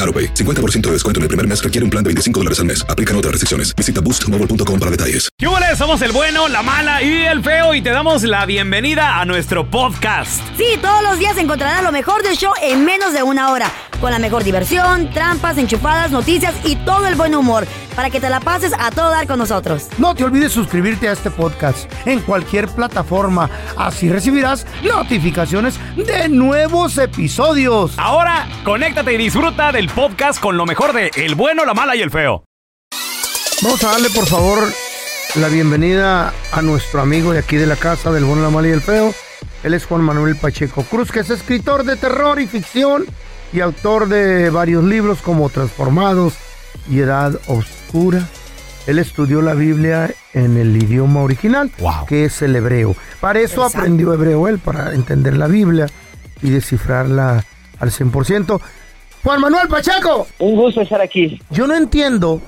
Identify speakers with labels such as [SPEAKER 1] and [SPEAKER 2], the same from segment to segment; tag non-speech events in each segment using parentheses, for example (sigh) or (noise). [SPEAKER 1] AroPay. 50% de descuento en el primer mes requiere un plan de 25 dólares al mes. Aplican otras restricciones. Visita boostmobile.com para detalles.
[SPEAKER 2] ¿Qué hubo? Somos el bueno, la mala y el feo y te damos la bienvenida a nuestro podcast.
[SPEAKER 3] Sí, todos los días encontrarás lo mejor del show en menos de una hora. Con la mejor diversión, trampas, enchufadas, noticias y todo el buen humor. Para que te la pases a todo dar con nosotros.
[SPEAKER 4] No te olvides suscribirte a este podcast en cualquier plataforma. Así recibirás notificaciones de nuevos episodios.
[SPEAKER 2] Ahora, conéctate y disfruta del podcast con lo mejor de El bueno, la mala y el feo.
[SPEAKER 4] Vamos a darle, por favor, la bienvenida a nuestro amigo de aquí de la casa, del bueno, la mala y el feo. Él es Juan Manuel Pacheco Cruz, que es escritor de terror y ficción y autor de varios libros como Transformados y Edad Oscura. Él estudió la Biblia en el idioma original, que es el hebreo. Para eso
[SPEAKER 5] Interesante.
[SPEAKER 4] aprendió hebreo él, para entender la Biblia y descifrarla al 100%. Juan Manuel Pacheco.
[SPEAKER 6] Un gusto estar aquí.
[SPEAKER 4] Yo no entiendo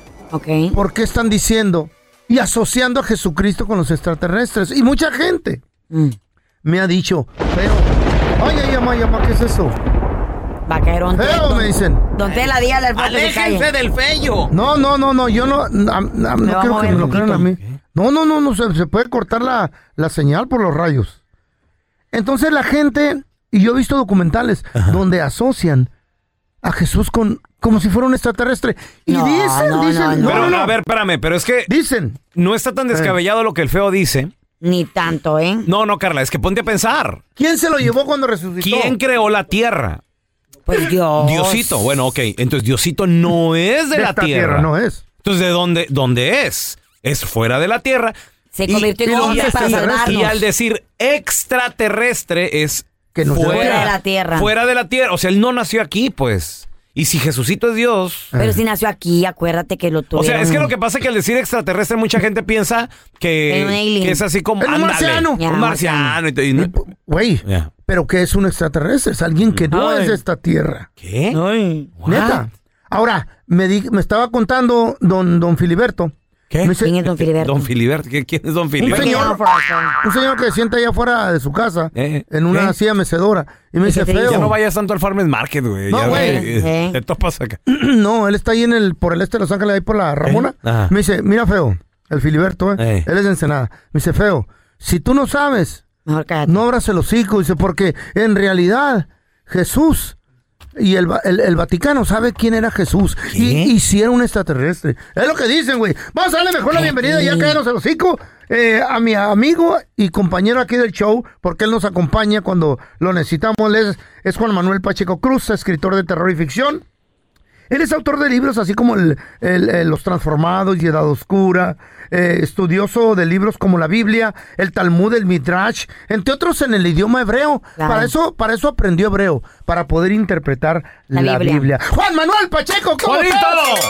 [SPEAKER 4] por qué están diciendo y asociando a Jesucristo con los extraterrestres. Y mucha gente
[SPEAKER 3] Mm.
[SPEAKER 4] me ha dicho, feo, ay, ay, ama, ama, ¿qué es eso?
[SPEAKER 3] Vaquerón.
[SPEAKER 4] Feo, me Ah, dicen.
[SPEAKER 3] Don Tela Díaz del Puerto de Calle.
[SPEAKER 2] del
[SPEAKER 3] fello.
[SPEAKER 4] No, no, no, no, yo no, no, no,
[SPEAKER 3] Me
[SPEAKER 4] no
[SPEAKER 3] va a
[SPEAKER 4] quiero que
[SPEAKER 3] mover
[SPEAKER 4] me
[SPEAKER 3] el
[SPEAKER 4] lo crean a mí. No, no, no, no, se, se puede cortar la, la señal por los rayos. Entonces la gente, y yo he visto documentales donde asocian a Jesús con como si fuera un extraterrestre. Y
[SPEAKER 3] No,
[SPEAKER 4] dicen,
[SPEAKER 3] no,
[SPEAKER 4] dicen, no,
[SPEAKER 2] pero,
[SPEAKER 4] no, no.
[SPEAKER 2] a ver, espérame, pero es que.
[SPEAKER 4] Dicen.
[SPEAKER 2] No está tan descabellado lo que el feo dice.
[SPEAKER 3] Ni tanto, ¿eh?
[SPEAKER 2] No, no, Carla, es que ponte a pensar.
[SPEAKER 4] ¿Quién se lo llevó cuando resucitó?
[SPEAKER 2] ¿Quién creó la tierra?
[SPEAKER 3] Pues Dios.
[SPEAKER 2] Diosito. Bueno, ok. Entonces, Diosito no es de,
[SPEAKER 4] Oh, De
[SPEAKER 2] la
[SPEAKER 4] esta
[SPEAKER 2] tierra.
[SPEAKER 4] tierra, no es.
[SPEAKER 2] Entonces, ¿de dónde, dónde es? Es fuera de la tierra.
[SPEAKER 3] Se convirtió en
[SPEAKER 2] y-
[SPEAKER 3] un
[SPEAKER 2] y-
[SPEAKER 3] hombre para
[SPEAKER 2] y-
[SPEAKER 3] salvarnos.
[SPEAKER 2] Y al decir extraterrestre es
[SPEAKER 4] Que no se
[SPEAKER 2] fuera,
[SPEAKER 3] Fuera de la tierra.
[SPEAKER 2] Fuera de la tierra. O sea, él no nació aquí, pues. Y si Jesucito es Dios.
[SPEAKER 3] Pero si nació aquí, acuérdate que lo
[SPEAKER 2] O
[SPEAKER 3] tuvieron.
[SPEAKER 2] sea, es que lo que pasa es que al decir extraterrestre mucha gente piensa que,
[SPEAKER 3] En un alien.
[SPEAKER 2] que es así como
[SPEAKER 4] Es un
[SPEAKER 2] ándale,
[SPEAKER 4] marciano.
[SPEAKER 3] Ya,
[SPEAKER 2] un marciano. y- y-
[SPEAKER 4] Y, Güey,
[SPEAKER 2] Ya.
[SPEAKER 4] pero que es un extraterrestre, es alguien que no
[SPEAKER 2] Ay.
[SPEAKER 4] es de esta tierra.
[SPEAKER 2] ¿Qué? What?
[SPEAKER 4] Neta. Ahora, me, di- me estaba contando don, don Filiberto.
[SPEAKER 2] ¿Qué?
[SPEAKER 4] Me dice,
[SPEAKER 3] ¿Quién es don Filiberto?
[SPEAKER 2] Don Filiberto. ¿Qué- ¿Quién es Don
[SPEAKER 4] un
[SPEAKER 2] Filiberto?
[SPEAKER 4] señor, un señor que se sienta allá afuera de su casa,
[SPEAKER 2] Eh,
[SPEAKER 4] en una
[SPEAKER 2] eh.
[SPEAKER 4] silla mecedora, y me dice,
[SPEAKER 3] qué te dice?
[SPEAKER 4] feo.
[SPEAKER 2] Ya no vayas tanto al Farmers Market, güey.
[SPEAKER 4] No,
[SPEAKER 2] ya,
[SPEAKER 4] güey.
[SPEAKER 2] eh,
[SPEAKER 3] Eh.
[SPEAKER 2] Te topas acá.
[SPEAKER 4] (clears throat) No, él está ahí en el, por el este de Los Ángeles, ahí por la Ramona.
[SPEAKER 2] Eh, Ajá.
[SPEAKER 4] Me dice, mira, feo, el Filiberto, eh,
[SPEAKER 2] Eh.
[SPEAKER 4] él es de Ensenada. Me dice, feo, si tú no sabes,
[SPEAKER 3] Mejor cállate.
[SPEAKER 4] no abras el hocico, dice, porque en realidad Jesús y el, va- el- el Vaticano sabe quién era Jesús y, y si era un extraterrestre. Es lo que dicen, güey. Vamos a darle mejor la bienvenida, ya caeros el hocico, eh, a mi amigo y compañero aquí del show, porque él nos acompaña cuando lo necesitamos. Él Es, es Juan Manuel Pacheco Cruz, escritor de terror y ficción. Él es autor de libros así como el- el- el Los Transformados y Edad Oscura, eh, estudioso de libros como la Biblia, el Talmud, el Midrash, entre otros en el idioma hebreo.
[SPEAKER 3] Claro.
[SPEAKER 4] Para, eso, para eso aprendió hebreo, para poder interpretar
[SPEAKER 3] La
[SPEAKER 4] la,
[SPEAKER 3] Biblia.
[SPEAKER 4] Biblia. Juan Manuel Pacheco, ¿cómo
[SPEAKER 2] ¡Juanito!
[SPEAKER 4] estás?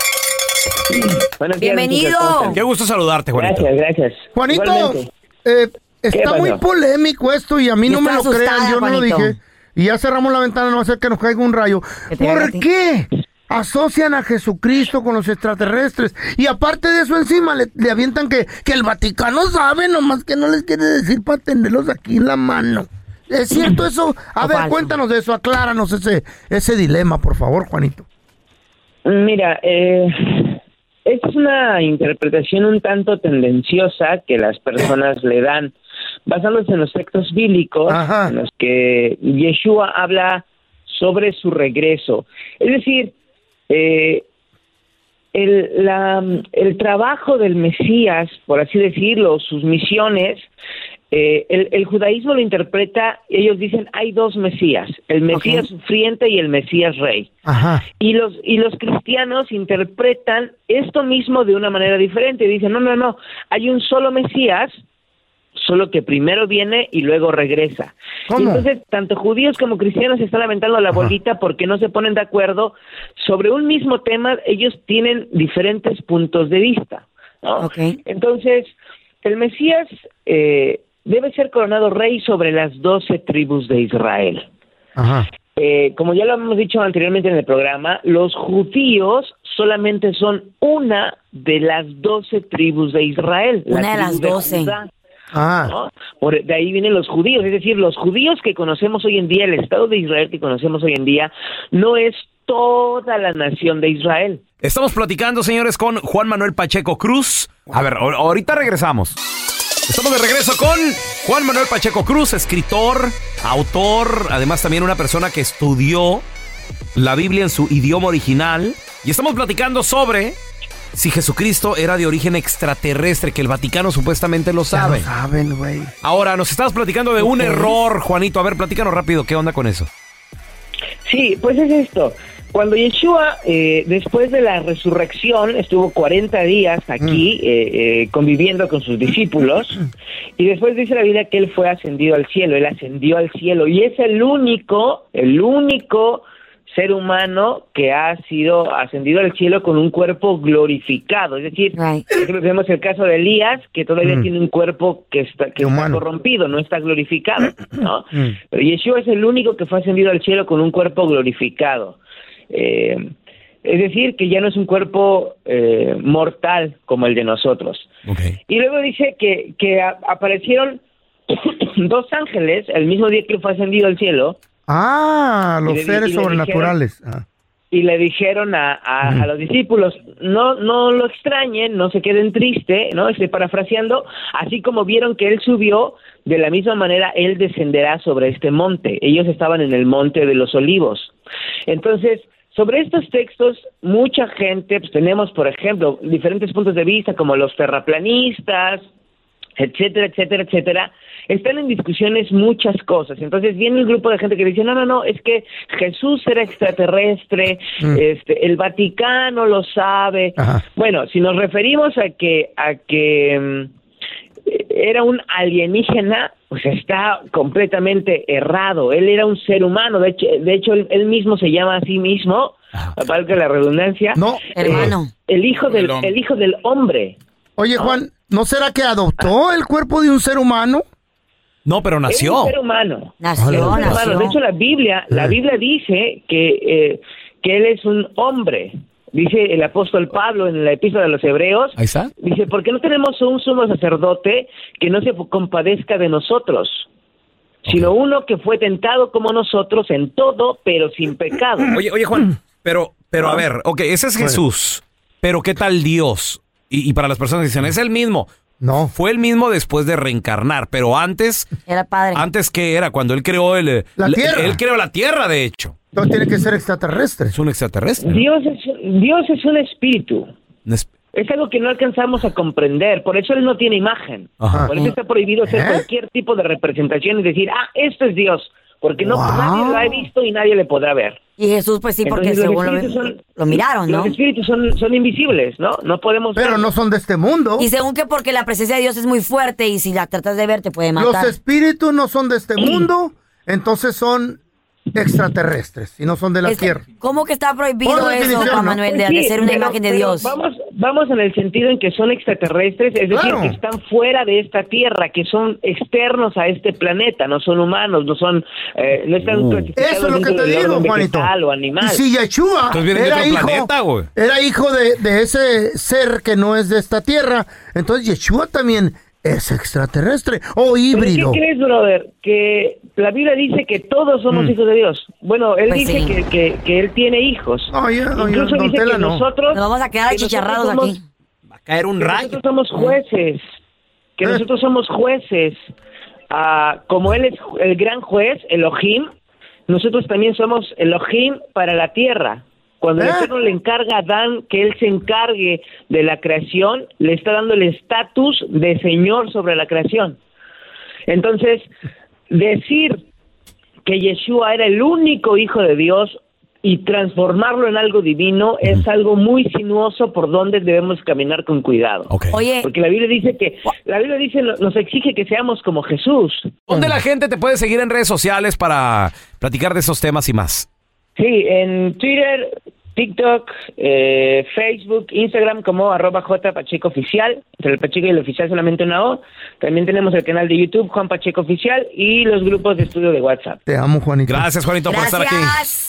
[SPEAKER 6] Buenos días,
[SPEAKER 3] Bienvenido.
[SPEAKER 6] muchachos, ¿cómo
[SPEAKER 2] Qué gusto saludarte,
[SPEAKER 6] están?
[SPEAKER 2] Juanito.
[SPEAKER 6] Gracias, gracias.
[SPEAKER 4] Juanito,
[SPEAKER 6] Igualmente.
[SPEAKER 4] eh, está
[SPEAKER 6] pasó?
[SPEAKER 4] muy polémico esto y a mí
[SPEAKER 3] Yo
[SPEAKER 4] no me lo
[SPEAKER 3] estoy asustada,
[SPEAKER 4] crean, yo no lo
[SPEAKER 3] Juanito.
[SPEAKER 4] dije. Y ya cerramos la ventana, no va a ser que nos caiga un rayo.
[SPEAKER 3] Que te caiga a
[SPEAKER 4] ¿Por
[SPEAKER 3] ti.
[SPEAKER 4] qué asocian a Jesucristo con los extraterrestres. Y aparte de eso, encima le, le avientan que, que el Vaticano sabe, nomás que no les quiere decir para tenerlos aquí en la mano. ¿Es cierto eso? A
[SPEAKER 3] ¿O
[SPEAKER 4] ver,
[SPEAKER 3] falso?
[SPEAKER 4] cuéntanos de eso, acláranos ese, ese dilema, por favor, Juanito.
[SPEAKER 6] Mira, eh, esta es una interpretación un tanto tendenciosa que las personas le dan, basándose en los textos bíblicos
[SPEAKER 4] Ajá.
[SPEAKER 6] en los que Yeshua habla sobre su regreso. Es decir, eh, el, la- el trabajo del Mesías, por así decirlo, sus misiones, eh, el, el judaísmo lo interpreta, ellos dicen, hay dos Mesías, el Mesías sufriente y el Mesías rey.
[SPEAKER 4] Ajá.
[SPEAKER 6] Y los, y los cristianos interpretan esto mismo de una manera diferente. Dicen, no, no, no, hay un solo Mesías, solo que primero viene y luego regresa.
[SPEAKER 4] ¿Cómo?
[SPEAKER 6] Y entonces, tanto judíos como cristianos están lamentando la bolita porque no se ponen de acuerdo sobre un mismo tema. Ellos tienen diferentes puntos de vista. ¿no?
[SPEAKER 3] Ok.
[SPEAKER 6] Entonces, el Mesías eh, debe ser coronado rey sobre las doce tribus de Israel.
[SPEAKER 4] Ajá.
[SPEAKER 6] Eh, como ya lo hemos dicho anteriormente en el programa, los judíos solamente son una de las doce tribus de Israel. la
[SPEAKER 3] Una de las
[SPEAKER 6] tribu
[SPEAKER 3] 12.
[SPEAKER 6] Judá,
[SPEAKER 4] Ajá.
[SPEAKER 6] ¿no? Por- de ahí vienen los judíos, es decir, los judíos que conocemos hoy en día, el Estado de Israel que conocemos hoy en día, no es toda la nación de Israel.
[SPEAKER 2] Estamos platicando, señores, con Juan Manuel Pacheco Cruz. A ver, ahor- ahorita regresamos. Estamos de regreso con Juan Manuel Pacheco Cruz, escritor, autor, además también una persona que estudió la Biblia en su idioma original. Y estamos platicando sobre si Jesucristo era de origen extraterrestre, que el Vaticano supuestamente lo
[SPEAKER 4] Ya lo
[SPEAKER 2] sabe.
[SPEAKER 4] saben, güey.
[SPEAKER 2] Ahora, nos estabas platicando de un error, Juanito. A ver, platícanos rápido, ¿qué onda con eso?
[SPEAKER 6] Sí, pues es esto. Cuando Yeshua, eh, después de la resurrección, estuvo 40 días
[SPEAKER 4] Mm.
[SPEAKER 6] aquí eh, eh, conviviendo con sus discípulos, y después dice la Biblia que él fue ascendido al cielo, él ascendió al cielo, y es el único, el único ser humano que ha sido ascendido al cielo con un cuerpo glorificado. Es decir,
[SPEAKER 3] Right.
[SPEAKER 6] por ejemplo, tenemos el caso de Elías, que todavía
[SPEAKER 4] Mm.
[SPEAKER 6] tiene un cuerpo que está, que está
[SPEAKER 4] Humano.
[SPEAKER 6] corrompido, no está glorificado, ¿no?
[SPEAKER 4] Mm.
[SPEAKER 6] Pero Yeshua es el único que fue ascendido al cielo con un cuerpo glorificado. Eh, es decir, que ya no es un cuerpo eh, mortal como el de nosotros. Y luego dice que, que a- aparecieron (clears throat) dos ángeles el mismo día que fue ascendido al cielo
[SPEAKER 4] Ah,
[SPEAKER 6] Y
[SPEAKER 4] los
[SPEAKER 6] le di-
[SPEAKER 4] seres
[SPEAKER 6] y le
[SPEAKER 4] sobrenaturales. Ah.
[SPEAKER 6] y le dijeron a, a- a los discípulos, no, no lo extrañen, no se queden tristes, ¿no? Estoy parafraseando, así como vieron que él subió, de la misma manera él descenderá sobre este monte. Ellos estaban en el monte de los olivos. Entonces, sobre estos textos, mucha gente, pues tenemos, por ejemplo, diferentes puntos de vista, como los terraplanistas, etcétera, etcétera, etcétera, están en discusiones muchas cosas. Entonces viene el grupo de gente que dice, no, no, no, es que Jesús era extraterrestre, este, el Vaticano lo sabe.
[SPEAKER 4] Mm. Ajá.
[SPEAKER 6] Bueno, si nos referimos a que, a que mm, era un alienígena, pues está completamente errado. Él era un ser humano, de hecho, de hecho él, él mismo se llama a sí mismo, valga la redundancia.
[SPEAKER 4] Ah,
[SPEAKER 6] Eh,
[SPEAKER 4] No.
[SPEAKER 3] Hermano.
[SPEAKER 6] El hijo del,
[SPEAKER 5] El hombre.
[SPEAKER 6] el hijo del hombre.
[SPEAKER 4] Oye, Juan, ¿no será que adoptó el cuerpo de un ser humano?
[SPEAKER 2] No, Eh, pero
[SPEAKER 6] Es
[SPEAKER 2] nació.
[SPEAKER 6] un ser humano.
[SPEAKER 3] Nació,
[SPEAKER 6] Hermanos,
[SPEAKER 3] nació.
[SPEAKER 6] de hecho, la Biblia, la Biblia dice que, eh, que él es un hombre. Dice el apóstol Pablo en la epístola de los Hebreos.
[SPEAKER 2] Ahí está.
[SPEAKER 6] Dice, ¿por qué no tenemos un sumo sacerdote que no se compadezca de nosotros? Sino uno que fue tentado como nosotros en todo, pero sin pecado.
[SPEAKER 2] Oye, oye, Juan, pero, pero
[SPEAKER 4] Ah.
[SPEAKER 2] a ver, ok, ese es Jesús, pero ¿qué tal Dios? Y, y para las personas que dicen, es el mismo.
[SPEAKER 4] No.
[SPEAKER 2] Fue el mismo después de reencarnar, pero antes,
[SPEAKER 3] Era padre.
[SPEAKER 2] antes que era, cuando él creó el... eh,
[SPEAKER 4] La Tierra.
[SPEAKER 2] Él creó la Tierra, de hecho.
[SPEAKER 4] Entonces tiene que ser extraterrestre.
[SPEAKER 2] Es un extraterrestre.
[SPEAKER 6] Dios es, Dios es un espíritu.
[SPEAKER 2] Un es-
[SPEAKER 6] Es algo que no alcanzamos a comprender, por eso él no tiene imagen.
[SPEAKER 2] Ajá.
[SPEAKER 6] Por eso está prohibido hacer
[SPEAKER 4] ¿Eh?
[SPEAKER 6] cualquier tipo de representación y decir, ah, esto es Dios, porque no
[SPEAKER 4] Wow.
[SPEAKER 6] nadie lo ha visto y nadie le podrá ver.
[SPEAKER 3] Y Jesús, pues sí, porque
[SPEAKER 6] Entonces,
[SPEAKER 3] según lo,
[SPEAKER 6] espíritus
[SPEAKER 3] lo miraron, ¿no?
[SPEAKER 6] Los espíritus son, son invisibles, ¿no? No podemos
[SPEAKER 4] Pero no
[SPEAKER 6] verlos.
[SPEAKER 4] son de este mundo.
[SPEAKER 3] Y según que porque la presencia de Dios es muy fuerte y si la tratas de ver te puede
[SPEAKER 4] Los
[SPEAKER 3] matar.
[SPEAKER 4] espíritus no son de este mundo, entonces son extraterrestres y no son de la
[SPEAKER 3] Es-
[SPEAKER 4] Tierra.
[SPEAKER 3] ¿Cómo que está
[SPEAKER 4] Por
[SPEAKER 3] prohibido eso,
[SPEAKER 4] definición,
[SPEAKER 3] Juan
[SPEAKER 4] ¿no?
[SPEAKER 3] Manuel, de,
[SPEAKER 6] Pues Sí,
[SPEAKER 3] de ser una
[SPEAKER 6] pero-
[SPEAKER 3] imagen de
[SPEAKER 6] pero
[SPEAKER 3] Dios?
[SPEAKER 6] Vamos, vamos en el sentido en que son extraterrestres, es decir,
[SPEAKER 4] Claro.
[SPEAKER 6] que están fuera de esta Tierra, que son externos a este planeta, no son humanos, no son, eh, no están clasificados
[SPEAKER 4] Uh. Eso es lo que
[SPEAKER 6] dentro
[SPEAKER 4] te
[SPEAKER 6] del
[SPEAKER 4] digo,
[SPEAKER 6] orden
[SPEAKER 4] Juanito.
[SPEAKER 6] vegetal o animal.
[SPEAKER 4] Y si Yeshua
[SPEAKER 2] Entonces vienen de
[SPEAKER 4] era
[SPEAKER 2] otro
[SPEAKER 4] hijo,
[SPEAKER 2] planeta, güey.
[SPEAKER 4] era hijo de, de ese ser que no es de esta tierra, entonces Yeshua también es extraterrestre o
[SPEAKER 6] ¿Pero
[SPEAKER 4] híbrido.
[SPEAKER 6] ¿Qué crees, brother? Que la Biblia dice que todos somos hijos de Dios. Bueno, él
[SPEAKER 3] Mm. Pues
[SPEAKER 6] dice
[SPEAKER 3] sí.
[SPEAKER 6] que, que, que él tiene hijos.
[SPEAKER 4] No, ya, no, ya,
[SPEAKER 6] Incluso
[SPEAKER 4] don
[SPEAKER 6] dice
[SPEAKER 4] Tela,
[SPEAKER 6] que
[SPEAKER 4] no.
[SPEAKER 6] nosotros...
[SPEAKER 3] Nos vamos a quedar
[SPEAKER 6] que nosotros
[SPEAKER 3] achicharrados
[SPEAKER 6] somos-
[SPEAKER 3] aquí.
[SPEAKER 2] Va a caer un
[SPEAKER 6] que
[SPEAKER 2] rayo.
[SPEAKER 6] Nosotros somos jueces. Que
[SPEAKER 4] Eh.
[SPEAKER 6] nosotros somos jueces. Ah, como él es el gran juez, Elohim, nosotros también somos Elohim para la tierra. Cuando el
[SPEAKER 4] Eh.
[SPEAKER 6] Eterno le encarga a Adán que él se encargue de la creación, le está dando el estatus de Señor sobre la creación. Entonces, decir que Yeshua era el único hijo de Dios y transformarlo en algo divino es algo muy sinuoso por donde debemos caminar con cuidado.
[SPEAKER 2] Ok.
[SPEAKER 3] Oye,
[SPEAKER 6] Porque la Biblia dice que la Biblia dice nos exige que seamos como Jesús.
[SPEAKER 2] ¿Dónde la gente te puede seguir en redes sociales para platicar de esos temas y más?
[SPEAKER 6] Sí, en Twitter, TikTok, eh, Facebook, Instagram como arroba J Pacheco Oficial. Entre el Pacheco y el Oficial solamente una O. También tenemos el canal de YouTube Juan Pacheco Oficial y los grupos de estudio de WhatsApp.
[SPEAKER 4] Te amo, Juanito.
[SPEAKER 2] Gracias, Juanito, por estar aquí.
[SPEAKER 3] gracias.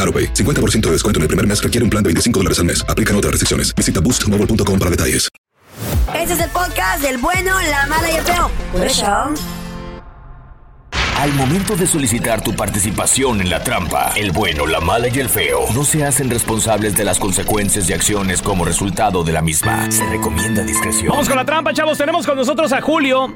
[SPEAKER 1] AroPay. 50% de descuento en el primer mes requiere un plan de 25 dólares al mes. Aplican otras restricciones. Visita boostmobile.com para detalles.
[SPEAKER 3] Ese es el podcast del bueno, la mala y el feo. Por eso.
[SPEAKER 5] Al momento de solicitar tu participación en la trampa, el bueno, la mala y el feo no se hacen responsables de las consecuencias y acciones como resultado de la misma. Se recomienda discreción.
[SPEAKER 2] Vamos con la trampa, chavos. Tenemos con nosotros a Julio.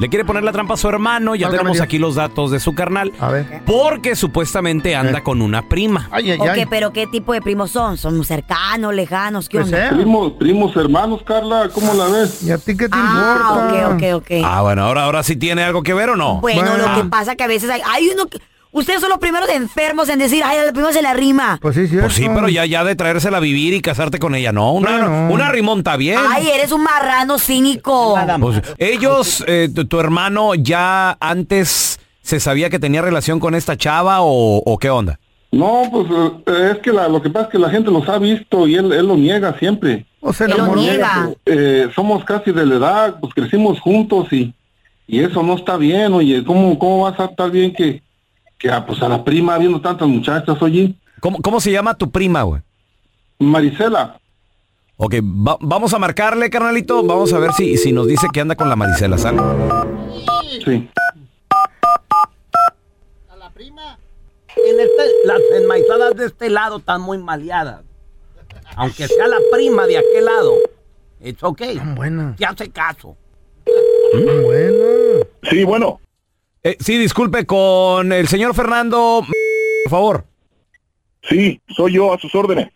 [SPEAKER 2] Le quiere poner la trampa a su hermano. Ya
[SPEAKER 4] Válgame
[SPEAKER 2] tenemos
[SPEAKER 4] Dios.
[SPEAKER 2] aquí los datos de su carnal.
[SPEAKER 4] A ver. Eh.
[SPEAKER 2] Porque supuestamente anda con una prima.
[SPEAKER 4] Ay, ay,
[SPEAKER 3] Ok, pero ¿qué tipo de primos son? ¿Son cercanos, lejanos? ¿Qué onda?
[SPEAKER 7] Primos, primos hermanos, Carla, ¿cómo la ves?
[SPEAKER 4] Pues, ¿eh? ¿Y a ti qué te
[SPEAKER 3] Ah, ok, ok, ok.
[SPEAKER 2] Ah, bueno, ahora, ahora sí tiene algo que ver o no.
[SPEAKER 3] bueno,
[SPEAKER 4] bueno.
[SPEAKER 3] lo que pasa que a veces hay, hay uno que... Ustedes son los primeros enfermos en decir, ay, el primo se le rima.
[SPEAKER 4] Pues sí,
[SPEAKER 2] Pues sí, pero ya, ya de traérsela a vivir y casarte con ella, no. Una,
[SPEAKER 4] Bueno.
[SPEAKER 2] una rimonta bien.
[SPEAKER 3] Ay, eres un marrano cínico.
[SPEAKER 2] Pues, ellos, eh, tu, tu hermano ya antes se sabía que tenía relación con esta chava o, o qué onda.
[SPEAKER 7] No, pues eh, es que la- lo que pasa es que la gente los ha visto y él, él lo niega siempre.
[SPEAKER 4] O se
[SPEAKER 3] Él
[SPEAKER 2] Em,
[SPEAKER 3] lo
[SPEAKER 4] enamoró.
[SPEAKER 3] niega.
[SPEAKER 7] Eh, somos casi de la edad, pues crecimos juntos y, y eso no está bien, oye, ¿cómo, cómo vas a estar bien que, que ah, pues a la prima viendo tantas muchachas, oye?
[SPEAKER 2] ¿Cómo, cómo se llama tu prima, güey?
[SPEAKER 7] Marisela,
[SPEAKER 2] Ok, va- vamos a marcarle, carnalito. Vamos a ver si, si nos dice que anda con la Maricela, ¿sale?
[SPEAKER 7] sí.
[SPEAKER 8] en este- las enmaizadas de este lado están muy maleadas. Aunque sea la prima de aquel lado, es ok.
[SPEAKER 4] Tan buena,
[SPEAKER 8] Te hace caso.
[SPEAKER 4] tan
[SPEAKER 9] ¿Mm?
[SPEAKER 4] buena.
[SPEAKER 7] Sí, bueno.
[SPEAKER 2] Eh, sí, disculpe, con el señor Fernando, por favor.
[SPEAKER 7] Sí, soy yo a sus órdenes.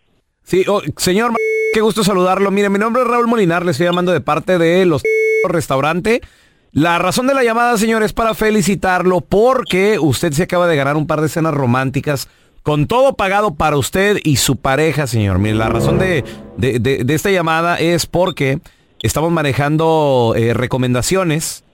[SPEAKER 2] Sí, oh, señor, qué gusto saludarlo. Mire, mi nombre es Raúl Molinar, le estoy llamando de parte de los (laughs) restaurante. La razón de la llamada, señor, es para felicitarlo porque usted se acaba de ganar un par de cenas románticas con todo pagado para usted y su pareja, señor. Mire, la razón de, de- de- de esta llamada es porque estamos manejando eh, recomendaciones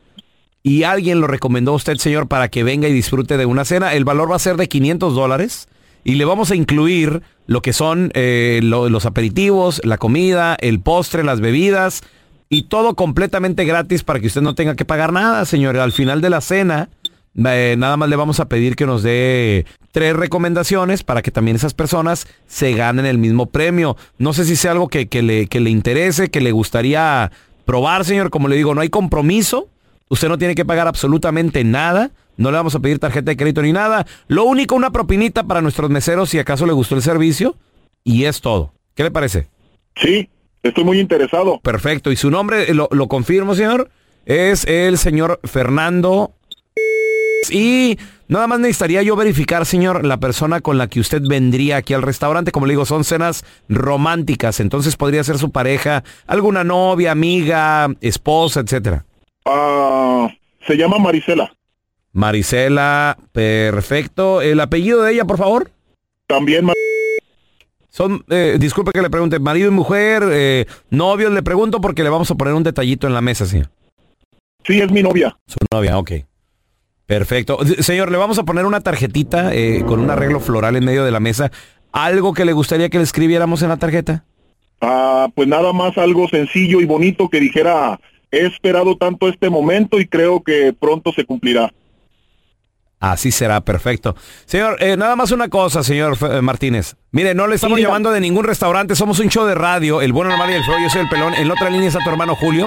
[SPEAKER 2] y alguien lo recomendó a usted, señor, para que venga y disfrute de una cena. El valor va a ser de 500 dólares y le vamos a incluir lo que son eh, lo- los aperitivos, la comida, el postre, las bebidas y todo completamente gratis para que usted no tenga que pagar nada, señor. Al final de la cena, eh, nada más le vamos a pedir que nos dé tres recomendaciones para que también esas personas se ganen el mismo premio. No sé si sea algo que, que le, que le interese, que le gustaría probar, señor. Como le digo, no hay compromiso. Usted no tiene que pagar absolutamente nada. No le vamos a pedir tarjeta de crédito ni nada. Lo único, una propinita para nuestros meseros si acaso le gustó el servicio. Y es todo. ¿Qué le parece?
[SPEAKER 9] Sí, estoy muy interesado.
[SPEAKER 2] Perfecto. ¿Y su nombre, eh, lo, lo confirmo, señor? Es el señor Fernando. Y nada más necesitaría yo verificar, señor, la persona con la que usted vendría aquí al restaurante. Como le digo, son cenas románticas. Entonces podría ser su pareja, alguna novia, amiga, esposa, etcétera.
[SPEAKER 9] Ah, se llama Marisela.
[SPEAKER 2] Marisela, perfecto. ¿El apellido de ella, por favor?
[SPEAKER 9] También
[SPEAKER 2] Son, eh, disculpe que le pregunte, marido y mujer, eh, novios, le pregunto porque le vamos a poner un detallito en la mesa, señor.
[SPEAKER 9] Sí, es mi novia.
[SPEAKER 2] Su novia, ok. Perfecto. D- Señor, le vamos a poner una tarjetita eh, con un arreglo floral en medio de la mesa. ¿Algo que le gustaría que le escribiéramos en la tarjeta?
[SPEAKER 9] Ah, pues nada más algo sencillo y bonito que dijera, he esperado tanto este momento y creo que pronto se cumplirá.
[SPEAKER 2] Así será, perfecto. Señor, eh, nada más una cosa, señor Fe- eh, Martínez. Mire, no le estamos llamando de ningún restaurante, somos un show de radio, el bueno, el malo y el feo, yo soy el pelón. En la otra línea está tu hermano Julio,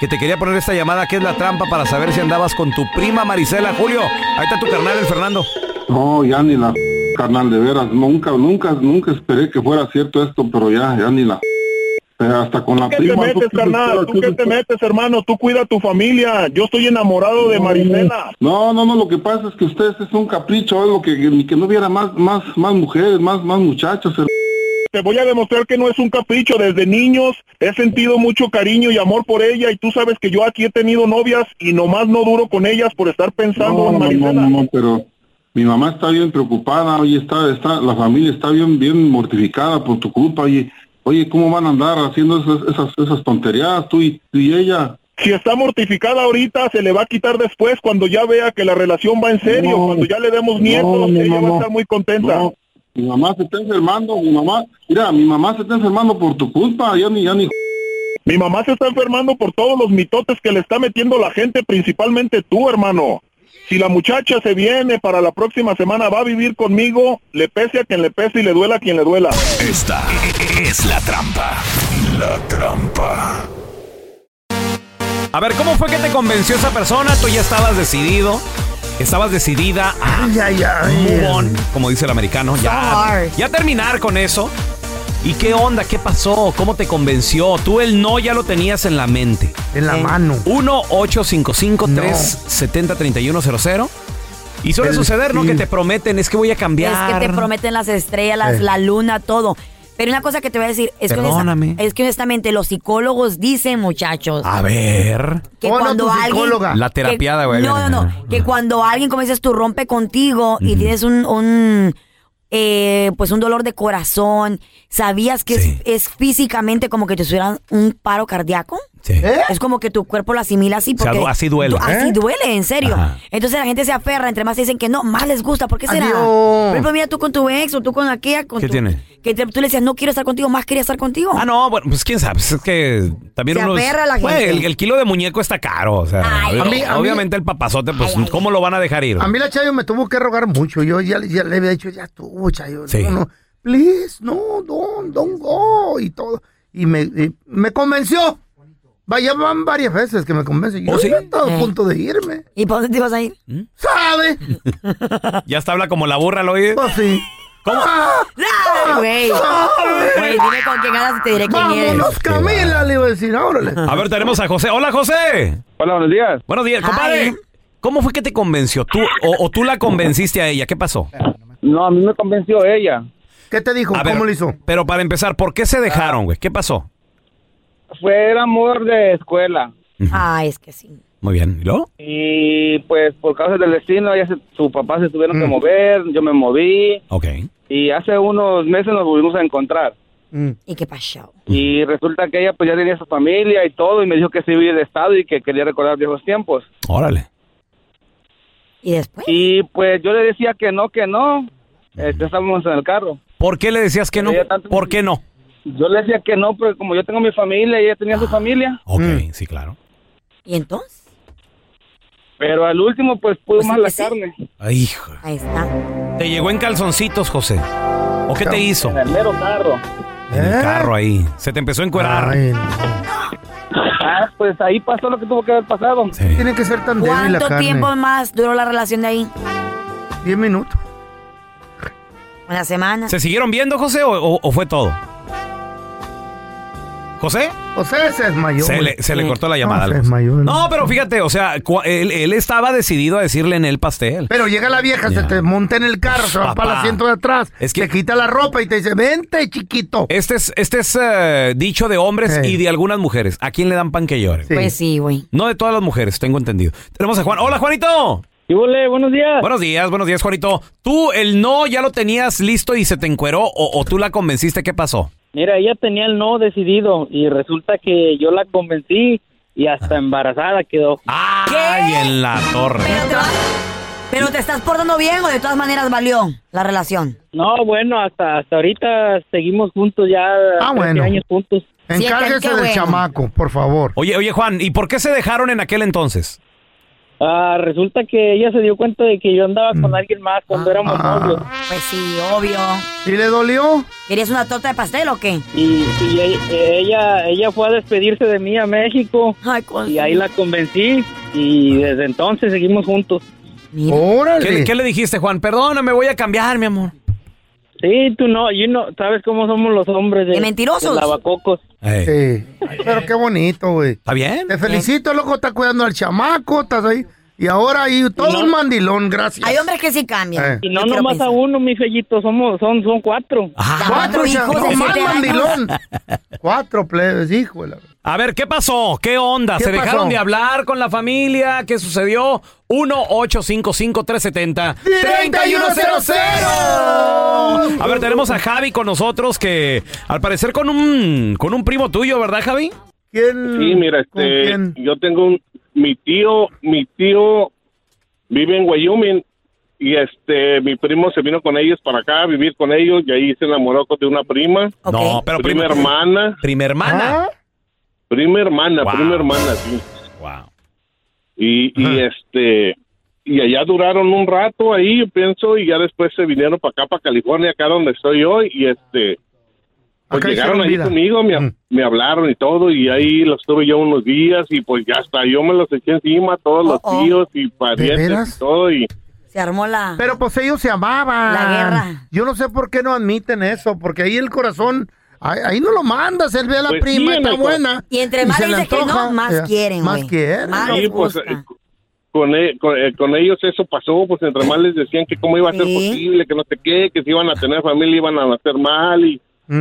[SPEAKER 2] que te quería poner esta llamada, que es la trampa para saber si andabas con tu prima Marisela. Julio, ahí está tu carnal, el Fernando.
[SPEAKER 7] No, ya ni la carnal, de veras. Nunca, nunca, nunca esperé que fuera cierto esto, pero ya, ya ni la... Eh, Hasta con la
[SPEAKER 9] ¿Tú qué te
[SPEAKER 7] prima... ¿tú
[SPEAKER 9] metes,
[SPEAKER 7] qué
[SPEAKER 9] carnal?
[SPEAKER 7] esperas?
[SPEAKER 9] ¿Tú qué te metes, hermano? Tú cuida a tu familia. Yo estoy enamorado de Marisela.
[SPEAKER 7] No, no, no, lo que pasa es que ustedes es un capricho, algo que, que, que no hubiera más, más, más mujeres, más, más muchachos. her-
[SPEAKER 9] Te voy a demostrar que no es un capricho. Desde niños he sentido mucho cariño y amor por ella y tú sabes que yo aquí he tenido novias y nomás no duro con ellas por estar pensando
[SPEAKER 7] No,
[SPEAKER 9] en
[SPEAKER 7] no,
[SPEAKER 9] Marisela.
[SPEAKER 7] no, no, no, pero mi mamá está bien preocupada, oye, está, está, la familia está bien, bien mortificada por tu culpa, oye, oye, ¿cómo van a andar haciendo esas, esas, esas tonterías tú y, tú y ella?
[SPEAKER 9] Si está mortificada ahorita, se le va a quitar después cuando ya vea que la relación va en serio,
[SPEAKER 7] No,
[SPEAKER 9] cuando ya le demos
[SPEAKER 7] no,
[SPEAKER 9] nietos,
[SPEAKER 7] no,
[SPEAKER 9] ella
[SPEAKER 7] no,
[SPEAKER 9] va a
[SPEAKER 7] no.
[SPEAKER 9] estar muy contenta.
[SPEAKER 7] No, mi mamá se está enfermando, mi mamá, mira, mi mamá se está enfermando por tu culpa, ya ni, ya ni...
[SPEAKER 9] Mi mamá se está enfermando por todos los mitotes que le está metiendo la gente, principalmente tú, hermano. Si la muchacha se viene para la próxima semana, va a vivir conmigo, le pese a quien le pese y le duela a quien le duela.
[SPEAKER 5] Esta es la trampa. La trampa.
[SPEAKER 2] A ver, ¿cómo fue que te convenció esa persona? Tú ya estabas decidido, estabas decidida a move on, como dice el americano, ya,
[SPEAKER 3] Sorry.
[SPEAKER 2] ya terminar con eso. ¿Y qué onda? ¿Qué pasó? ¿Cómo te convenció? Tú el no ya lo tenías en la mente.
[SPEAKER 4] En
[SPEAKER 3] Eh.
[SPEAKER 4] la mano.
[SPEAKER 2] 1-855-370-3100. Y suele
[SPEAKER 4] El
[SPEAKER 2] suceder, ¿no? Que
[SPEAKER 4] fin.
[SPEAKER 2] te prometen, es que voy a cambiar.
[SPEAKER 3] Es que te prometen las estrellas,
[SPEAKER 2] Eh.
[SPEAKER 3] la luna, todo. Pero una cosa que te voy a decir es que,
[SPEAKER 2] Perdóname. Ah,
[SPEAKER 3] honesta- es que honestamente los psicólogos dicen, muchachos,
[SPEAKER 2] A ver.
[SPEAKER 3] que cuando alguien...
[SPEAKER 2] La
[SPEAKER 3] que-
[SPEAKER 2] terapiada, güey.
[SPEAKER 3] No, no, no. Que cuando alguien, como dices tú, rompe contigo y tienes un... un, eh, pues un dolor de corazón. ¿Sabías que es- es, físicamente como que te hicieran un paro cardíaco?
[SPEAKER 4] ¿Eh?
[SPEAKER 3] Es como que tu cuerpo lo asimila así.
[SPEAKER 2] O sea,
[SPEAKER 3] Porque
[SPEAKER 2] du- así duele.
[SPEAKER 3] Así
[SPEAKER 2] ¿Eh?
[SPEAKER 3] duele, en serio.
[SPEAKER 2] Ajá.
[SPEAKER 3] Entonces la gente se aferra, entre más te dicen que no, más les gusta. ¿Por qué será?
[SPEAKER 2] Adiós.
[SPEAKER 3] Por ejemplo, mira tú con tu ex o tú con aquella. Con
[SPEAKER 2] ¿Qué
[SPEAKER 3] tu-
[SPEAKER 2] tiene?
[SPEAKER 3] Que te- tú le decías, no quiero estar contigo, más quería estar contigo.
[SPEAKER 2] Ah, no, bueno, pues quién sabe, pues es que también
[SPEAKER 3] Se
[SPEAKER 2] uno...
[SPEAKER 3] aferra la
[SPEAKER 2] Güey,
[SPEAKER 3] gente.
[SPEAKER 2] el, el kilo de muñeco está caro, o sea,
[SPEAKER 4] Ay,
[SPEAKER 2] obvio-
[SPEAKER 4] a mí- a mí-
[SPEAKER 2] obviamente el papazote, pues, ¿cómo lo van a dejar ir?
[SPEAKER 4] A mí la Chayo me tuvo que rogar mucho. Yo ya, ya le había dicho, ya estuvo, Chayo.
[SPEAKER 2] Sí.
[SPEAKER 4] No, no. Please, no, don, don go. Y todo. Y me, y me convenció. Vaya, van varias veces que me convence.
[SPEAKER 2] ¿Oh,
[SPEAKER 4] Yo ya estaba
[SPEAKER 3] Eh.
[SPEAKER 4] a punto de irme.
[SPEAKER 3] ¿Y para dónde te ibas a ir?
[SPEAKER 4] ¿Sabe?
[SPEAKER 2] Ya está habla como la burra, ¿lo oye?
[SPEAKER 4] Pues
[SPEAKER 3] (laughs)
[SPEAKER 4] sí.
[SPEAKER 2] ¿Cómo?
[SPEAKER 3] ¡Ah, güey! Güey, dime con quién ganas y te diré quién eres. (laughs)
[SPEAKER 4] Vámonos, Camila, le iba a decir, órale.
[SPEAKER 2] A ver, tenemos a José. Hola, José.
[SPEAKER 10] Hola, buenos días.
[SPEAKER 2] Buenos días, compadre. ¿Cómo fue que te convenció tú o, o tú la convenciste a ella? ¿Qué pasó?
[SPEAKER 10] No, a mí me convenció ella.
[SPEAKER 4] ¿Qué te dijo?
[SPEAKER 2] A ver,
[SPEAKER 4] ¿Cómo le hizo? Ah.
[SPEAKER 2] Pero para empezar, ¿por qué se dejaron, güey? ¿Qué pasó?
[SPEAKER 10] Fue el amor de escuela.
[SPEAKER 3] Ah, es que sí.
[SPEAKER 2] Muy bien. ¿Y luego?
[SPEAKER 10] Y pues por causa del destino, ella se- su papá se
[SPEAKER 9] Mm.
[SPEAKER 10] tuvieron que mover, yo me moví.
[SPEAKER 2] Ok.
[SPEAKER 10] Y hace unos meses nos volvimos a encontrar.
[SPEAKER 3] ¿Y qué pasó?
[SPEAKER 9] Mm.
[SPEAKER 10] Y resulta que ella pues ya tenía su familia y todo y me dijo que se iba a ir de estado y que quería recordar viejos tiempos.
[SPEAKER 2] Órale.
[SPEAKER 3] ¿Y después?
[SPEAKER 10] Y pues yo le decía que no, que no. Este, estábamos en el carro.
[SPEAKER 2] ¿Por qué le decías que no? ¿Por qué no?
[SPEAKER 10] Yo le decía que no, porque como yo tengo mi familia y ella tenía su familia.
[SPEAKER 2] Ok,
[SPEAKER 4] Mm.
[SPEAKER 2] sí, claro.
[SPEAKER 3] ¿Y entonces?
[SPEAKER 10] Pero al último pues pudo más la carne.
[SPEAKER 2] Ay, hijo.
[SPEAKER 3] Ahí está.
[SPEAKER 2] Te llegó en calzoncitos, José. ¿O qué te hizo?
[SPEAKER 4] ¿Eh?
[SPEAKER 10] En el mero carro.
[SPEAKER 2] En el carro ahí. Se te empezó a encuerar.
[SPEAKER 10] Ah, pues ahí pasó lo que tuvo que haber pasado.
[SPEAKER 4] Tiene que ser tan débil la
[SPEAKER 3] ¿Cuánto
[SPEAKER 4] carne.
[SPEAKER 3] tiempo más duró la relación de ahí?
[SPEAKER 4] Diez minutos.
[SPEAKER 3] Una semana.
[SPEAKER 2] ¿Se siguieron viendo, José, o, o- o fue todo? ¿José?
[SPEAKER 4] José se desmayó.
[SPEAKER 2] Se le, se le cortó la llamada.
[SPEAKER 4] No, Ah, se
[SPEAKER 2] al-
[SPEAKER 4] desmayó.
[SPEAKER 2] No, pero fíjate, o sea, cua- él, él estaba decidido a decirle en el pastel.
[SPEAKER 4] Pero llega la vieja, se te monta en el carro, se va
[SPEAKER 2] Papá.
[SPEAKER 4] para el asiento de atrás,
[SPEAKER 2] Es que-
[SPEAKER 4] te quita la ropa y te dice, vente, chiquito.
[SPEAKER 2] Este es, este es eh, dicho de hombres
[SPEAKER 4] Eh.
[SPEAKER 2] y de algunas mujeres. ¿A quién le dan pan que llore?
[SPEAKER 3] Pues sí, güey.
[SPEAKER 2] No de todas las mujeres, tengo entendido. Tenemos a Juan. Hola,
[SPEAKER 4] (laughs)
[SPEAKER 2] Juanito.
[SPEAKER 10] buenos días.
[SPEAKER 2] Buenos días, buenos días, Juanito. ¿Tú el no ya lo tenías listo y se te encueró o, o tú la convenciste? ¿Qué pasó?
[SPEAKER 10] Mira, ella tenía el no decidido y resulta que yo la convencí y hasta embarazada quedó.
[SPEAKER 2] Ay, en la torre.
[SPEAKER 3] ¿Pero te estás portando bien o de todas maneras valió la relación?
[SPEAKER 10] No, bueno, hasta hasta ahorita seguimos juntos ya
[SPEAKER 4] Ah,
[SPEAKER 10] 13
[SPEAKER 4] bueno.
[SPEAKER 10] años juntos.
[SPEAKER 4] Encárguese del chamaco, por favor.
[SPEAKER 2] Oye, oye, Juan, ¿y por qué se dejaron en aquel entonces?
[SPEAKER 10] Ah, resulta que ella se dio cuenta de que yo andaba con alguien más cuando éramos novios.
[SPEAKER 3] Pues sí, obvio.
[SPEAKER 4] ¿Y le dolió?
[SPEAKER 3] ¿Querías una torta de pastel o qué?
[SPEAKER 10] Y, y e- ella ella fue a despedirse de mí a México. y ahí la convencí y desde entonces seguimos juntos.
[SPEAKER 4] Oh,
[SPEAKER 2] ¿Qué, le- qué le dijiste, Juan? Perdona, me voy a cambiar, mi amor.
[SPEAKER 10] Sí, tú no, yo no, sabes cómo somos los hombres de,
[SPEAKER 4] ¿De mentirosos?
[SPEAKER 10] de lavacocos.
[SPEAKER 4] Sí. Ay, Pero qué bonito, güey.
[SPEAKER 2] ¿Está bien?
[SPEAKER 4] Te felicito, loco, estás cuidando al chamaco, estás ahí. Y ahora ahí todo un mandilón, gracias.
[SPEAKER 3] Hay hombres que sí cambian.
[SPEAKER 4] Eh.
[SPEAKER 10] Y no nomás a uno, mi fellito, somos, son, son cuatro.
[SPEAKER 2] Ah,
[SPEAKER 4] Cuatro hijos
[SPEAKER 10] de
[SPEAKER 4] más
[SPEAKER 10] siete años.
[SPEAKER 4] mandilón. Cuatro plebes, hijo. de la-
[SPEAKER 2] A ver, ¿qué pasó? ¿Qué onda?
[SPEAKER 4] ¿Qué
[SPEAKER 2] ¿Se
[SPEAKER 4] pasó?
[SPEAKER 2] dejaron de hablar con la familia? ¿Qué sucedió? 1-855-370-3100. A ver, tenemos a Javi con nosotros que al parecer con un con un primo tuyo, ¿verdad, Javi?
[SPEAKER 11] Sí, mira, este, yo tengo un, mi tío, mi tío vive en Wyoming y este, mi primo se vino con ellos para acá a vivir con ellos y ahí se enamoró con- de una prima.
[SPEAKER 2] No, pero
[SPEAKER 11] prima
[SPEAKER 2] prima-
[SPEAKER 11] hermana.
[SPEAKER 2] Prima hermana.
[SPEAKER 11] Prima hermana, prima hermana, sí.
[SPEAKER 2] Wow.
[SPEAKER 11] Y, y este, y allá duraron un rato ahí, yo pienso, y ya después se vinieron para acá, para California, acá donde estoy hoy, y este,
[SPEAKER 4] Ah,
[SPEAKER 11] pues
[SPEAKER 12] Acá
[SPEAKER 11] llegaron
[SPEAKER 12] hicieron
[SPEAKER 11] ahí
[SPEAKER 12] vida.
[SPEAKER 11] conmigo, me, me hablaron y todo, y ahí los tuve yo unos días, y pues ya hasta yo me los eché encima, todos los
[SPEAKER 3] Oh, oh.
[SPEAKER 11] tíos y parientes
[SPEAKER 4] veras?
[SPEAKER 11] y todo, y
[SPEAKER 3] Se armó la...
[SPEAKER 4] Pero pues ellos se amaban. La guerra. Yo no sé por qué no admiten eso, porque ahí el corazón, ahí, ahí no lo mandas, él ve a la
[SPEAKER 11] Pues sí,
[SPEAKER 4] prima,
[SPEAKER 11] en
[SPEAKER 4] está
[SPEAKER 11] el cor-
[SPEAKER 4] buena.
[SPEAKER 3] Y entre más
[SPEAKER 4] se le
[SPEAKER 3] dices que
[SPEAKER 4] antoja,
[SPEAKER 3] no, más
[SPEAKER 4] ya.
[SPEAKER 3] quieren,
[SPEAKER 4] Más
[SPEAKER 3] güey. Ah.
[SPEAKER 4] quieren.
[SPEAKER 11] Sí, pues, eh, con, e- con, eh, con ellos eso pasó, pues entre más les decían que cómo iba a ser
[SPEAKER 3] Sí.
[SPEAKER 11] posible, que no sé qué, que si iban a tener familia iban a nacer mal y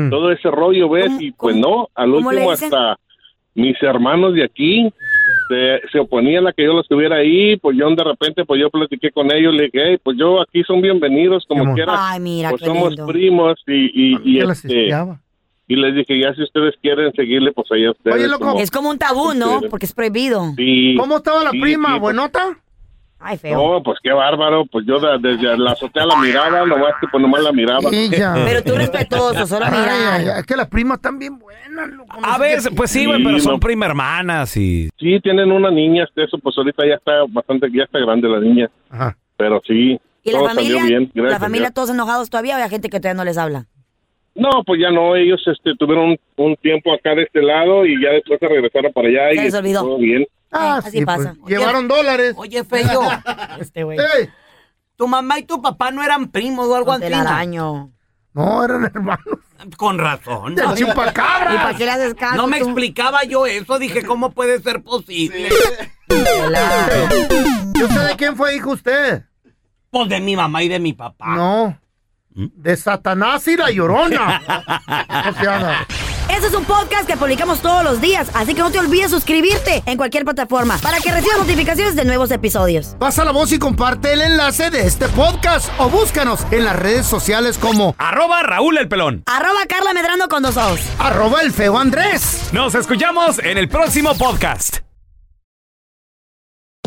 [SPEAKER 11] todo ese rollo, ¿ves? Y pues no, al
[SPEAKER 3] cómo le
[SPEAKER 11] último
[SPEAKER 3] dicen?
[SPEAKER 11] hasta mis hermanos de aquí se, se oponían a que yo los tuviera ahí, pues yo de repente, pues yo platiqué con ellos, le dije, "Hey, pues yo aquí son bienvenidos como quieran,
[SPEAKER 3] Ay, mira,
[SPEAKER 11] pues
[SPEAKER 3] qué
[SPEAKER 11] somos
[SPEAKER 3] lindo.
[SPEAKER 11] primos y, y, y,
[SPEAKER 4] Ya las
[SPEAKER 11] este,
[SPEAKER 4] espiaba.
[SPEAKER 11] y les dije, ya si ustedes quieren seguirle, pues allá ustedes.
[SPEAKER 3] Es como un tabú, ¿no? Porque es prohibido.
[SPEAKER 11] Sí,
[SPEAKER 4] ¿Cómo estaba la
[SPEAKER 11] sí,
[SPEAKER 4] prima?
[SPEAKER 11] sí, pues,
[SPEAKER 4] ¿Buenota?
[SPEAKER 3] Ay, feo.
[SPEAKER 11] no, pues qué bárbaro. Pues yo da- desde la azotea la miraba, nomás que pues nomás la miraba.
[SPEAKER 4] Ella.
[SPEAKER 3] Pero tú respetuoso, solo mira.
[SPEAKER 4] Ay, ay, es que las primas están bien buenas.
[SPEAKER 2] A ver, pues sí, güey, pero son prima hermanas y
[SPEAKER 11] Sí, tienen una niña, este, eso, pues ahorita ya está bastante, ya está grande la niña. Pero sí,
[SPEAKER 3] ¿Y la
[SPEAKER 11] todo
[SPEAKER 3] familia?
[SPEAKER 11] salió bien. gracias
[SPEAKER 3] ¿La
[SPEAKER 11] a
[SPEAKER 3] familia
[SPEAKER 11] Dios.
[SPEAKER 3] todos enojados todavía o hay gente que todavía no les habla?
[SPEAKER 11] No, pues ya no, ellos este, tuvieron un, un tiempo acá de este lado y ya después se regresaron para allá
[SPEAKER 3] Se
[SPEAKER 11] y
[SPEAKER 3] les
[SPEAKER 11] este,
[SPEAKER 3] olvidó.
[SPEAKER 11] todo bien.
[SPEAKER 4] Ah,
[SPEAKER 3] Así pasa.
[SPEAKER 4] Llevaron dólares.
[SPEAKER 8] Oye, Feyo.
[SPEAKER 3] este güey.
[SPEAKER 8] Tu mamá y tu papá no eran primos o algo así.
[SPEAKER 3] telaraño.
[SPEAKER 4] No, eran hermanos.
[SPEAKER 8] Con razón.
[SPEAKER 4] Del chupacabras.
[SPEAKER 8] ¿Y
[SPEAKER 3] para qué le haces caso
[SPEAKER 8] No me
[SPEAKER 3] tú?
[SPEAKER 8] explicaba yo eso. Dije, ¿cómo puede ser posible?
[SPEAKER 4] ¿Y usted de quién fue hijo usted?
[SPEAKER 8] Pues de mi mamá y de mi papá.
[SPEAKER 4] No. De Satanás y la llorona. No se haga.
[SPEAKER 3] Este es un podcast que publicamos todos los días, así que no te olvides suscribirte en cualquier plataforma para que recibas notificaciones de nuevos episodios.
[SPEAKER 4] Pasa la voz y comparte el enlace de este podcast o búscanos en las redes sociales como
[SPEAKER 2] Arroba Raúl el Pelón.
[SPEAKER 3] Arroba Carla Medrano con dos ojos.
[SPEAKER 4] arroba el feo Andrés.
[SPEAKER 2] Nos escuchamos en el próximo podcast.